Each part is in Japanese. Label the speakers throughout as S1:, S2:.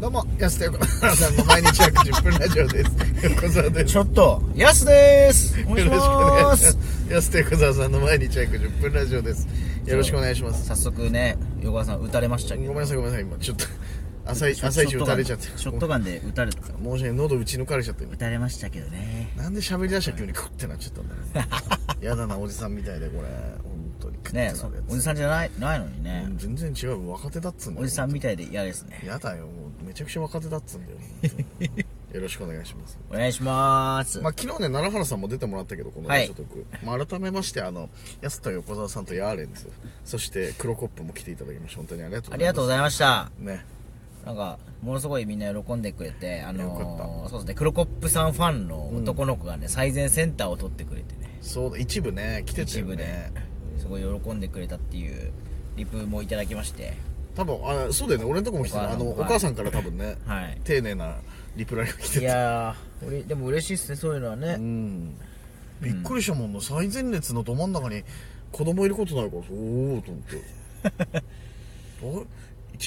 S1: どうも、安田横澤さんの毎日約10分ラジオです。横澤です。
S2: ちょっと、やすですお願いしま
S1: ますす。安田横澤さんの毎日約10分ラジオです。よろしくお願いします。
S2: 早速ね、横川さん撃たれました
S1: ご
S2: け
S1: め
S2: ど。
S1: んなさい、ごめんなさい、今、ちょっと、朝い
S2: ショ
S1: 朝一打たれちゃって。
S2: ショットガンでショットガンで撃たれた。
S1: 申し訳ない、喉打ち抜かれちゃって、
S2: 撃たれましたけどね。
S1: なんで喋り出したら急にクッてなっちゃったんだろ う。やだな、おじさんみたいで、これ。本当に。クッてな
S2: ね
S1: る
S2: そう
S1: やつ
S2: おじさんじゃない、ないのにね。
S1: 全然違う、若手だっつうんだ
S2: お
S1: よ
S2: じさんみたいで嫌ですね。
S1: やだよ、もう、めちゃくちゃ若手だっつうんだよ。本当に よろしくお願いします。
S2: お願いします。
S1: まあ、昨日ね、奈良原さんも出てもらったけど、この
S2: は
S1: ラ
S2: い
S1: ジオトーク。まあ、改めまして、あの、安田横澤さんとヤーレンズ、そして、黒コップも来ていただきまして、本当にありがとうご
S2: あり
S1: ざい
S2: が
S1: ます。
S2: とうございました。
S1: うね。
S2: なんか、ものすごいみんな喜んでくれて、あ
S1: よか
S2: のー、そうですね、黒コップさんファンの男の子がね、最前センターを取ってくれてね、
S1: そうだ、一部ね、来てた
S2: 一
S1: よ
S2: 部で
S1: ね。、
S2: すごい喜んでくれたっていう、リプもいただきまして、
S1: 多分、あ、そうだよね、俺のとこも来てた。あの、お
S2: お母さん
S1: 母さんから多分ね、
S2: はい。
S1: 丁寧なリプライが来て
S2: い
S1: た。
S2: やー俺でも嬉しいっすねそういうのは
S1: う
S2: ね
S1: ん。びっくりしたもんな、最前列のど真ん中に子供いることないから、おおと思って。 あれ ?1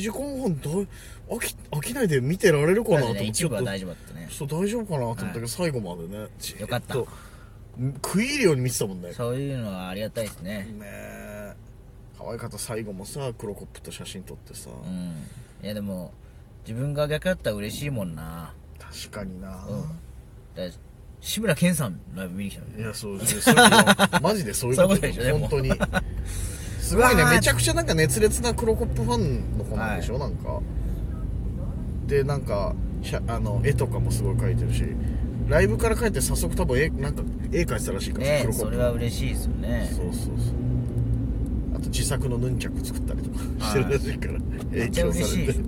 S1: 時間半だい飽き、飽きないで見てられるかなと
S2: ま
S1: 思っ
S2: ずね
S1: て。
S2: 一部は大丈夫だったね
S1: そう大丈夫かなと思ったけど、
S2: は
S1: 最後までねち
S2: よかった
S1: ちょと食い入るように見てたもんねね
S2: そういうのはありがたいですね
S1: え可愛かった最後もさ黒コップと写真撮ってさ、
S2: うんいやでも自分が逆だったら嬉しいもんな
S1: 確かにな、
S2: うんだから志村けんさんのライブ見に来たの
S1: いやそうですそういうことマジでそういうこと
S2: そういうことでしょでも
S1: 本当にすごいね
S2: わー
S1: めちゃくちゃなんか熱烈な黒コップファンの子なんでしょ、なんかでなんかしゃあの絵とかもすごい描いてるしライブから帰って早速多分絵なんか絵描いてたらしいからさ
S2: ね
S1: 黒コッ
S2: そ
S1: プ
S2: れは嬉しいですよね
S1: そうそうそうあと自作のヌンチャク作ったりとかしてるらしいから影
S2: っちゃ
S1: 響
S2: 嬉
S1: さ
S2: しい
S1: れて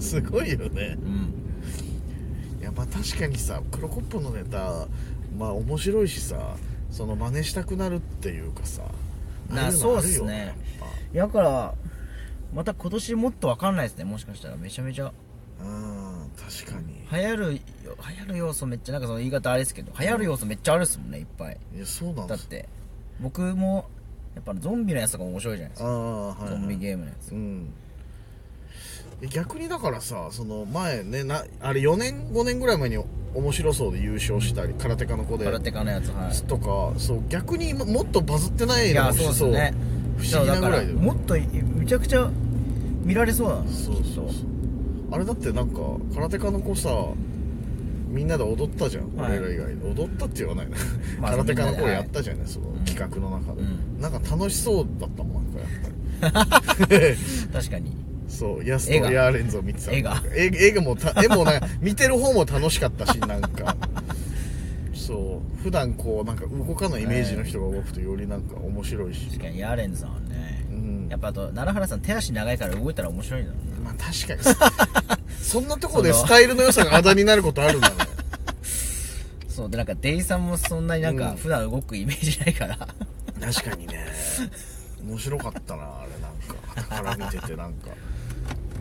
S1: すごいよね
S2: うん
S1: いやまあ確かにさ黒コップのネタまあ面白いしさその真似したくなるっていうかさ
S2: な
S1: ああいのあるよ
S2: そうっすね
S1: やっ
S2: いやだからまた今年もっと分かんないですねもしかしたらめちゃめちゃ
S1: ぱうん確かに
S2: 流行るよ流行る要素めっちゃなんかその言い方あれですけど流行る要素めっちゃあるっすもんねいっぱい
S1: いやそうなんで
S2: だっ
S1: す
S2: て僕もやっぱゾンビのやつとか面白いじゃないです
S1: あ
S2: か
S1: あはい、はい、
S2: ゾンビゲームのやつ
S1: うん逆にだからさその前ねなあれ4年5年ぐらい前に面白そうで優勝したり空手家の子で
S2: 空手家のやつはい
S1: とかそう逆にももっとバズってない
S2: い
S1: の
S2: や
S1: も
S2: そうですね
S1: 不思議なぐらいだ
S2: だ
S1: よ
S2: からもっとめちゃくちゃ見られそうだな
S1: そうそうそうあれだってなんか空手家の子さみんなで踊ったじゃん、
S2: はい
S1: 俺ら以外踊ったって言わないな、
S2: まあ
S1: 空手家の子
S2: みんなで
S1: やったじゃない、その
S2: うん
S1: 企画の中で、
S2: うん
S1: なんか楽しそうだったもんなんかやっぱり
S2: 確かに
S1: そう、ヤスと
S2: 映画
S1: ヤーレンズを見てた。
S2: 映画
S1: え映画もた、 絵もなんか、見てる方も楽しかったし、なんか。そう、普段こう、なんか動かないイメージの人が動くとよりなんか面白いし。
S2: 確かにヤーレンズさんはね、
S1: うん
S2: やっぱあと奈良原さん手足長いから動いたら面白いんだろうね
S1: まあ確かにそ。 そんなとこで
S2: その
S1: スタイルの良さがあだになることあるんだね。
S2: そうでなんかデイさんもそんなになん
S1: う
S2: か
S1: ん
S2: 普段動くイメージな いから、
S1: 確かにね。面白かったな、あれなんか。傍から見ててなんか。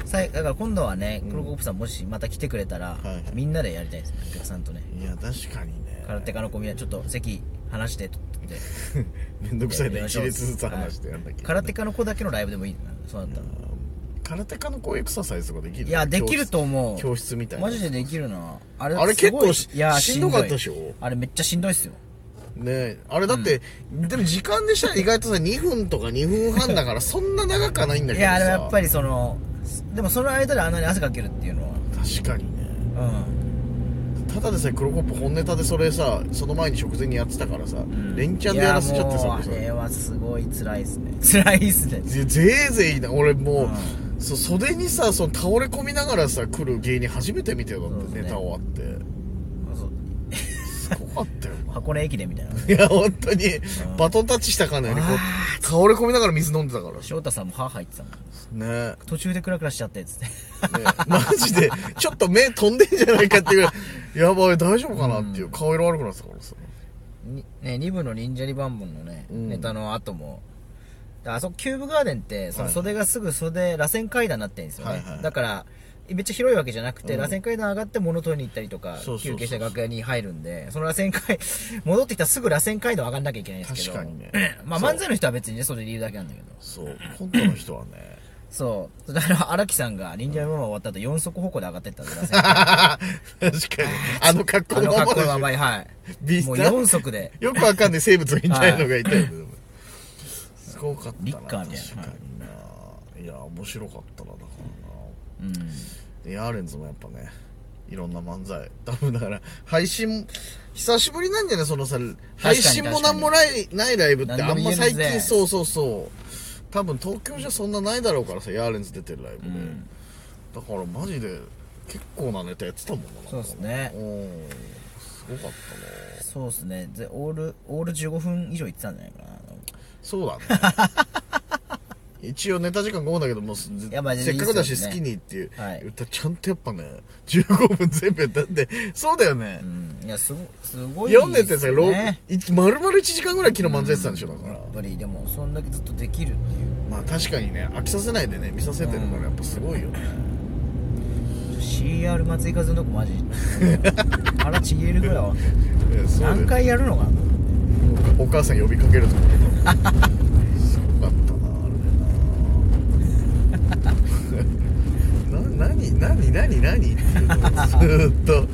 S2: さいだから今度はね黒コップさんもしまた来てくれたら、
S1: いはい
S2: みんなでやりたいですねお客さんとね
S1: いや、確かにね。
S2: 空手家の子みんなちょっと席離してとって
S1: めんどくさいね。
S2: やりまし
S1: 一
S2: ょう
S1: 列ずつ話してやんなきゃいけない。
S2: 空手家の子だけのライブでもいいなそうだったら、
S1: 空手家のこうエクササイズとかできる
S2: いやできると思う
S1: 教室みたいな
S2: マジでできるなあれ
S1: あれ
S2: すごい
S1: 結構し
S2: いや
S1: しんどかったでしょ
S2: いあれめっちゃしんどいっすよ
S1: ねえあれだって、でも時間でしたら意外とさ2分とか2分半だからそんな長くはないんだ
S2: い
S1: けどさ
S2: やあれはやっぱりそのでもその間であんなに汗かけるっていうの
S1: 確かにね
S2: は
S1: ただでさえ黒コップ本ネタでそれさその前に食前にやってたからさ、
S2: うん
S1: 連チャンでやらせちゃって
S2: い
S1: さ
S2: やもうあれはすごい辛いっすね 辛いっすね
S1: ぜぜいぜいな俺もう、
S2: う
S1: そう袖にさその倒れ込みながらさ来る芸人初めて見たよだ
S2: そ
S1: っ
S2: うで
S1: て、
S2: すね
S1: ネタ終わって
S2: そう
S1: すごかったよ な
S2: 箱根駅伝みたいない
S1: や本当にバトンタッチしたかのようにこう
S2: わ
S1: 倒れ込みながら水飲んでたから
S2: 翔太さんも歯入ってたもん
S1: ね
S2: 途中でクラクラしちゃってっつって
S1: ね、マジで、ちょっと目飛んでんじゃないかっていうぐらい、やばい、大丈夫かなっていう、顔色悪くなってたからさ。
S2: にね、2部の忍者リバンボンのね、
S1: うん
S2: ネタの後も、であそこキューブガーデンって、その
S1: はい
S2: 袖がすぐ袖、螺旋階段になってるんですよね。
S1: はいはい
S2: だから、めっちゃ広いわけじゃなくて、
S1: うん
S2: 螺旋階段上がって物取りに行ったりとか
S1: そうそう、そう
S2: 休憩して楽屋に入るんで、その螺旋階、 戻ってきたらすぐ螺旋階段上がんなきゃいけないんですけど。
S1: 確かにね
S2: まあ
S1: そう
S2: 漫才の人は別にね、それ理由だけなんだけど。
S1: そう、コントの人はね、
S2: そう。だから、荒木さんが、忍者のまま終わった後、四足歩行で上がってったんで すよ
S1: 確かに。あの格好
S2: あの格好
S1: のま
S2: の
S1: ま
S2: 甘い、は
S1: ビ
S2: い。
S1: スタ
S2: もう四足で。
S1: よくわかんない生物みたいのがいたよね。 すごかったな。
S2: リッカーみたいな
S1: 確かにな。いや、面白かったな、だから
S2: うん。
S1: な。で、ヤーレンズもやっぱね、いろんな漫才。多分だから、配信、久しぶりなんじゃないそのさ、配信もなんもないないライブってあんま最
S2: 何
S1: 近、
S2: でも言えるぜ
S1: そうそうそう。多分東京じゃそんなないだろうからさ、ヤーレンズ出てるライブ
S2: う
S1: で。
S2: ん。
S1: だからマジで結構なネタやってたもんななんか
S2: そうっすね
S1: うんすごかったな
S2: そうですね。で、オール、オール15分以上行ってたんじゃないかな。
S1: そうだ ね一応ネタ時間5分だけどもうす
S2: やまあ
S1: せっかくだし
S2: いいっ
S1: 好
S2: すよね
S1: きにっていう
S2: はい
S1: 歌ちゃんとやっぱね15分全部やったってそうだよね
S2: うん。いや、すご、すごい
S1: 読んでてさ
S2: っす
S1: ろ
S2: ね
S1: い丸々1時間ぐらい昨日漫才やってたんでしょだか
S2: や
S1: ら
S2: っぱり、でも、そんだけずっとできるっていう。
S1: まあ確かにね飽きさせないでね見させてるからやっぱすごいよね
S2: CR 松井風の子マジ 腹ちぎれるぐらいは
S1: え そうだよ
S2: 何回やるのかな
S1: お母さん呼びかける と思うけどすごかったなあれな な何何何 何っていうのをずーっと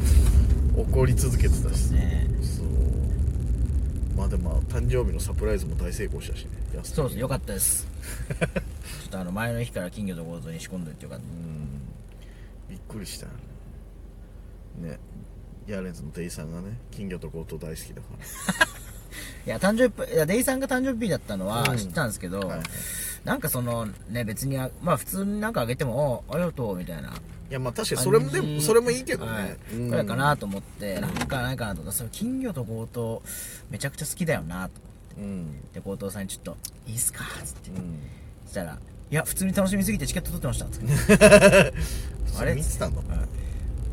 S1: 怒り続けてたし
S2: ね
S1: そうまあでもまあ誕生日のサプライズも大成功したしね安田
S2: そうですよかったですちょっとあの前の日から金魚と強盗に仕込んどいてよかっ
S1: うんびっくりしたねヤーレンズの店員さんがね金魚と強盗大好きだか
S2: たいや誕生日いやデイさんが誕生日だったのは
S1: うん
S2: 知ったんですけど、
S1: ら、はい、い
S2: なんかそのね別にあまあ普通になんかあげてもおありがとうみたいな
S1: やまあ確かにそれもで
S2: 感
S1: も
S2: じ
S1: それもいいけどね、
S2: はい
S1: うん
S2: これかなと思って、なんかないかなと思ったらその金魚と強盗めちゃくちゃ好きだよなと
S1: うん
S2: で強盗さんにちょっと「いいっすか?」っつって
S1: うん
S2: そしたら「いや普通に楽しみすぎてチケット取ってました」つって
S1: あれ見てたんだね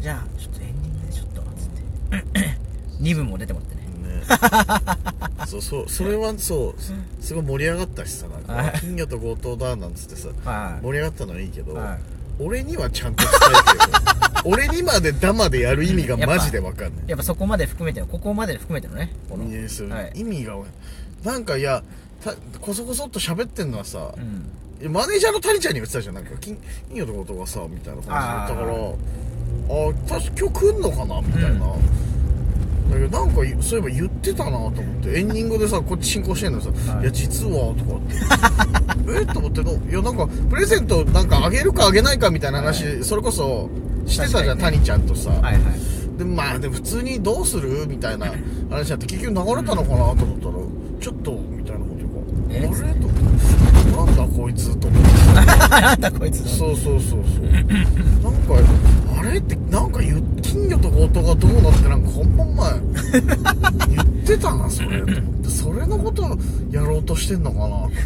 S2: じゃあちょっとエンディングでちょっとつって 2分も出てもらってね
S1: そうそうそれはそうすごい盛り上がったしさなんか金魚と強盗だなんつってさ
S2: はい
S1: 盛り上がったのはいいけど、
S2: はい
S1: 俺にはちゃんと伝 えてよ俺にまでダマでやる意味がマジでわかんない
S2: やっぱそこまで含めてのここまで含めてのねこの
S1: いやそう
S2: はい
S1: 意味がわかんないなんかいやたこそこそっと喋ってんのはさ
S2: う、ん
S1: いやマネージャーの谷ちゃんにも言ってたじゃんなんか金金魚と強盗がさみたいな話だったからあー確か今日来んのかなみたいな、だけどなんかいそういえば言ってたなと思ってエンディングでさ こっち進行してんのにさ「
S2: はい
S1: い、や実は」とかって えっと思ってのいやなんかプレゼントなんかあげるかあげないかみたいな話、それこそしてたじゃん、
S2: 確かに
S1: 谷ちゃんとさ、
S2: はい はい
S1: でもまあでも普通にどうするみたいな話になって結局流れたのかなと思ったら、ちょっとみたいなこと
S2: え
S1: 言うからあれと思ってなんだこいつと思って
S2: なんだこいつ
S1: そうそうそうそうなんかあれってなんか言う金魚と強盗がどうなってなんか本番前言ってたなそれと思ってそれのことやろうとしてんのかなと思って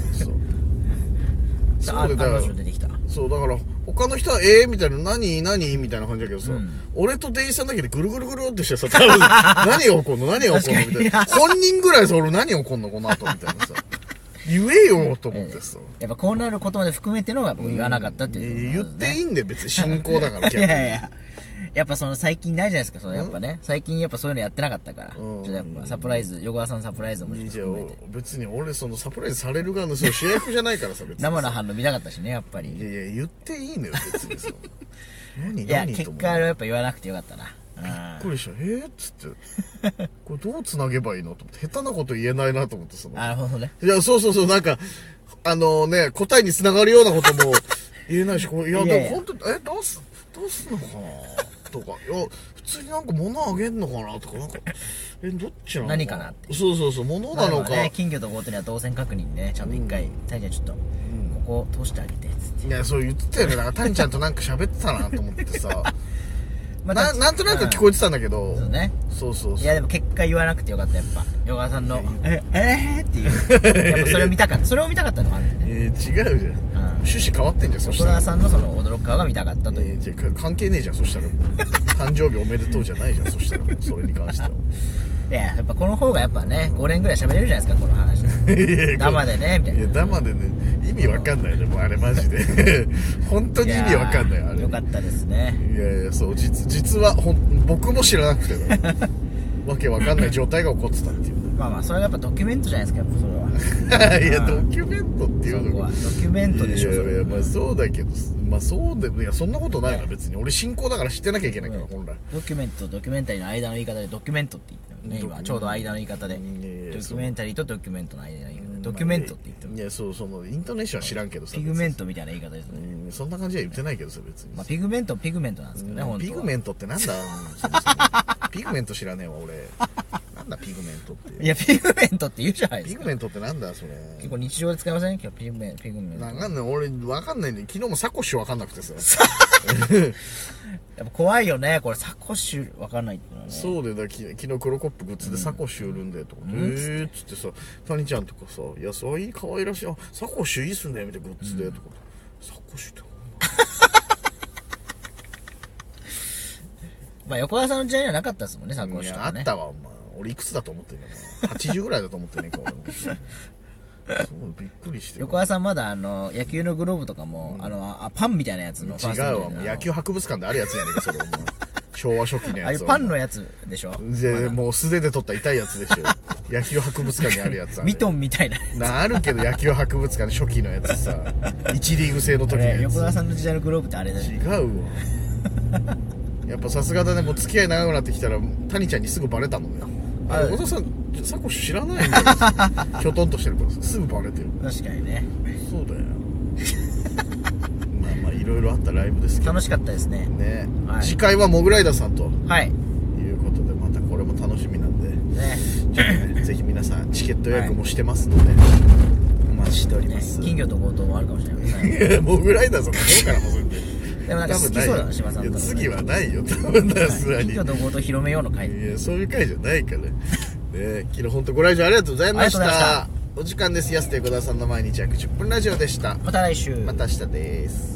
S1: さ そ
S2: あ
S1: うでだから
S2: 彼女出てきた
S1: そうだから他の人は「えー?」みたいな「何何?」みたいな感じだけどさ、
S2: うん
S1: 俺と店員さんだけでぐるぐるぐるってしてさ多分何 が起こんの何が起こんのみたいな本人ぐらいさ俺何起こんのこの後みたい なさ言えよと思ってさ、
S2: やっぱこうなることまで含めてのが僕言わなかったって
S1: い
S2: い
S1: や言
S2: うと
S1: っ
S2: ころ
S1: て
S2: です
S1: いいんだよ別に進行だ から
S2: ねいやいややっぱその最近ないじゃないですかそのやっぱね最近やっぱそういうのやってなかったからち
S1: う
S2: ょ
S1: ん
S2: っとやっぱサプライズ横川さんサプライズも
S1: いいじゃ
S2: 含め
S1: ん
S2: て
S1: 別に俺そのサプライズされる側のその主役じゃないからさ別に
S2: 生の反応見たかったしねやっぱ
S1: い
S2: り
S1: やいや言っていいのよ別に さ何
S2: いや
S1: 何
S2: 結
S1: と思って
S2: 果はやっぱ言わなくてよかったな
S1: びっくりしたえーっつってこれどうつなげばいいのと思って下手なこと言えないなと思ってその
S2: あなるほどね
S1: いや、そうそうそう、なんか、あのね、答えにつながるようなこと も言えないし、これいや、
S2: いやい
S1: で
S2: や
S1: も本当に、え、どうす、どうすんのかなとか、いや、普通になんか物あげんのかなとか、なんか、え、どっちなの
S2: 何かなって
S1: そうそうそう、物なの
S2: まあ
S1: か。
S2: まあね、金魚と強盗には動線確認ねちゃんと一回大ちゃんちょっと
S1: ん
S2: ここ通してあげてっつって
S1: いや、そう言ってたよね。なんか、谷ちゃんとなんか喋ってたなと思って さ、
S2: ま
S1: ななんとなく聞こえてたんだけど
S2: え、そうね
S1: そうそう
S2: い
S1: そ
S2: や
S1: う。
S2: でも結果言わなくてよかったやっぱ横川さんの「ええー?」っていうやっぱそれを見たかったそれを見たかった のがあるんだよね
S1: えー、違うじゃん。趣旨変わってんじゃん、そした
S2: 横
S1: ら
S2: 川。さんのその驚く顔が見たかったという
S1: えー、じゃあ関係ねえじゃん、そしたら。 誕生日おめでとうじゃないじゃん、そしたら。それに関して は。
S2: いややっぱこの方がやっぱね5年ぐらい喋れるじゃないですかこの 話ダマでねみたい
S1: い
S2: な
S1: やダマでね意味わかんないねもうあれマジ で本当に意味わかんないあれ
S2: よかったですね
S1: いやいやそう実実はほん僕も知らな くてねわけわかんない状態が起こってたっていうね
S2: まあまあそれがやっぱドキュメントじゃないですかやっぱそれは、
S1: うんい や
S2: うん
S1: ドキュメントってい
S2: そうこ
S1: の
S2: は
S1: が
S2: ドキュメントでしょ
S1: い
S2: そ
S1: や
S2: れ
S1: いやまあそうだけどまあそうでもいやそんなことないな別に俺進行だから知ってなきゃいけないから
S2: うん
S1: 本来
S2: ドキュメントとドキュメンタリーの間の言い方でドキュメントって言ってたもんね
S1: ドキュメ
S2: 今
S1: ン
S2: ちょうど間の言い方で
S1: う
S2: ド
S1: んいやいや
S2: キュメンタリーとドキュメントの間の言い方でドキュメントって言っても
S1: いやそうそのイントネーションは知らんけどさ
S2: ピグメントみたいな言い方です
S1: 別
S2: ね
S1: にうんそんな感じは言ってないけどさ別に
S2: まあピグメントはピグメントなんですけどね本当
S1: ピグメ
S2: ン
S1: ントってなん だうんそもそもピグメント知らねえわ俺なんだピグメントって
S2: いやピグメントって言うじゃない
S1: ピ
S2: です
S1: グ
S2: か
S1: メントってなんだそれ
S2: 結構日常で使いません今日ピグメンピグメント
S1: な
S2: や
S1: んかね俺わかんないんで昨日もサコッシュわかんなくてさ
S2: っぱ怖いよねこれサコッシュわかんないっていうのはね
S1: そうでだき昨日黒コップグッズでサコッシュ売るんだよとか、
S2: うん
S1: えーっつってさ谷ちゃんとかさ「いやそういい可愛らしいあサコッシュいいっすね」みたいなグッズでとか、サコッシュって
S2: まあ横川さんの時代にはなかったですもんねサコッシュ
S1: い
S2: と
S1: やあっ
S2: かね
S1: たわお前俺いくつだと思ってんのお前80ぐらいだと思ってねえか俺も そうびっくりして
S2: 横川さんまだあの野球のグローブとかもあのあパンみたいなやつのファース
S1: 違
S2: トみたいう
S1: わ
S2: な
S1: もう
S2: あの
S1: 野球博物館であるやつやねんかそれお前昭和初期の
S2: ああい
S1: やつ
S2: うパンのやつでしょ
S1: でもう素手で取った痛いやつでしょ野球博物館にあるやつあれ
S2: ミトンみたいな
S1: なあるけど野球博物館の初期のやつさ1リーグ制の時の
S2: ね
S1: や
S2: 横
S1: つ
S2: 澤さんの時代のグローブってあれだ
S1: 違
S2: ね
S1: うわやっぱさすがだねもう付き合い長くなってきたら谷ちゃんにすぐバレたもんねあ
S2: あ
S1: 横田さんサコッシュ知らないんだ よきょとんとしてるからさすぐバレてる
S2: 確かにね
S1: そうだよ まあまあいろいろあったライブですけど
S2: 楽しかったですね
S1: ね、
S2: はい
S1: 次回はモグライダーさんと
S2: はい
S1: いうことでまたこれも楽しみなんで
S2: ね
S1: ちょっ とねぜひ皆さんチケット予約もしてますので、お待ちしておりま
S2: ね
S1: す、
S2: 金魚と強盗もあるかもしれないけどね
S1: いや モグライダーさんどうからもそれで
S2: でもなんか好きそうだな島さん
S1: い
S2: と
S1: や
S2: か
S1: 次はないよ多分なすが
S2: 金
S1: にい
S2: 魚と強盗広めようの会
S1: やそういう回じゃないからねえ昨日本当ご来場ありがとうございました
S2: ありがとうご
S1: お
S2: ざ
S1: 時間です安手小田さんの毎日約10分ラジオでした
S2: また来週
S1: また明日です